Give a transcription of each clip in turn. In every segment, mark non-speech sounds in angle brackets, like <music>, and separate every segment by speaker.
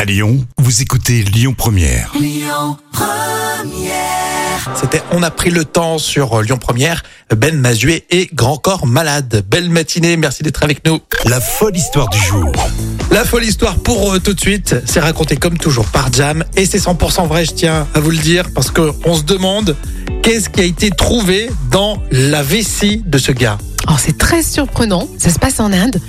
Speaker 1: À Lyon, vous écoutez Lyon Première.
Speaker 2: C'était On a pris le temps sur euh, Lyon Première, Ben Mazué et Grand Corps Malade. Belle matinée, merci d'être avec nous.
Speaker 1: La folle histoire du jour.
Speaker 2: La folle histoire pour euh, tout de suite, c'est raconté comme toujours par Jam et c'est 100% vrai, je tiens à vous le dire parce que on se demande qu'est-ce qui a été trouvé dans la vessie de ce gars.
Speaker 3: Alors Oh, c'est très surprenant, ça se passe en Inde.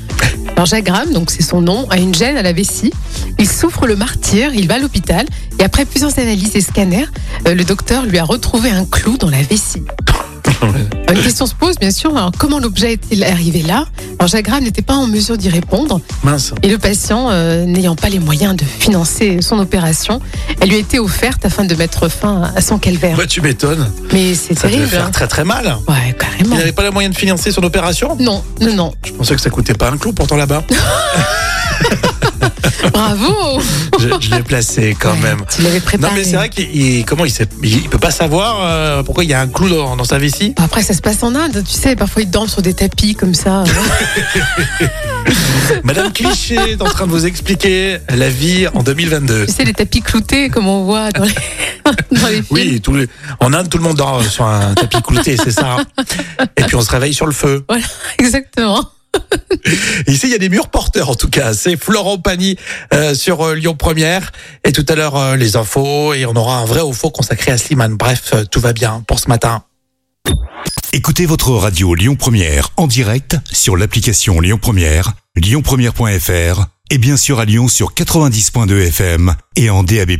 Speaker 3: Alors Jagram, donc c'est son nom, a une gêne à la vessie. Il souffre le martyr, il va à l'hôpital et après plusieurs analyses et scanners, euh, le docteur lui a retrouvé un clou dans la vessie. Alors, Une question se pose bien sûr, alors, comment l'objet est-il arrivé là Alors Jagram n'était pas en mesure d'y répondre
Speaker 2: <laughs> Mince.
Speaker 3: et le patient, euh, n'ayant pas les moyens de financer son opération, elle lui a été offerte afin de mettre fin à son calvaire.
Speaker 2: Bah, tu m'étonnes.
Speaker 3: Mais c'est
Speaker 2: Ça devait
Speaker 3: terrible.
Speaker 2: faire
Speaker 3: hein.
Speaker 2: très très mal.
Speaker 3: Ouais, carrément.
Speaker 2: Il n'avait pas les moyens de financer son opération
Speaker 3: Non, non, non.
Speaker 2: Je pensais que ça coûtait pas un clou pourtant là-bas.
Speaker 3: Bravo
Speaker 2: je je l'ai placé quand
Speaker 3: Ouais,
Speaker 2: même.
Speaker 3: Tu l'avais
Speaker 2: Non
Speaker 3: préparé.
Speaker 2: mais c'est vrai qu'il il- comment il, sait- il peut pas savoir euh, pourquoi il y a un clou dans, dans sa
Speaker 3: <laughs>
Speaker 2: vessie.
Speaker 3: Bah, Après, ça se passe en Inde, tu sais, parfois ils dorment sur des tapis comme ça.
Speaker 2: Madame Cliché est en train de vous expliquer la vie en 2022.
Speaker 3: tu sais, les tapis cloutés, comme on voit dans les, dans les <laughs> films.
Speaker 2: Oui, tout le- en Inde, tout le monde dort sur un tapis clouté, c'est ça. hein. Et puis on se réveille sur le feu.
Speaker 3: Voilà, exactement.
Speaker 2: Ici, il y a des murs porteurs, en tout cas. C'est Florent Pagny euh, sur euh, Lyon Première. Et tout à l'heure, euh, les infos. Et on aura un vrai ou faux consacré à Slimane. Bref, euh, tout va bien pour ce matin.
Speaker 1: Écoutez votre radio Lyon Première en direct sur l'application Lyon Première, lyonpremière.fr et bien sûr à Lyon sur 90.2 FM et en DAB+.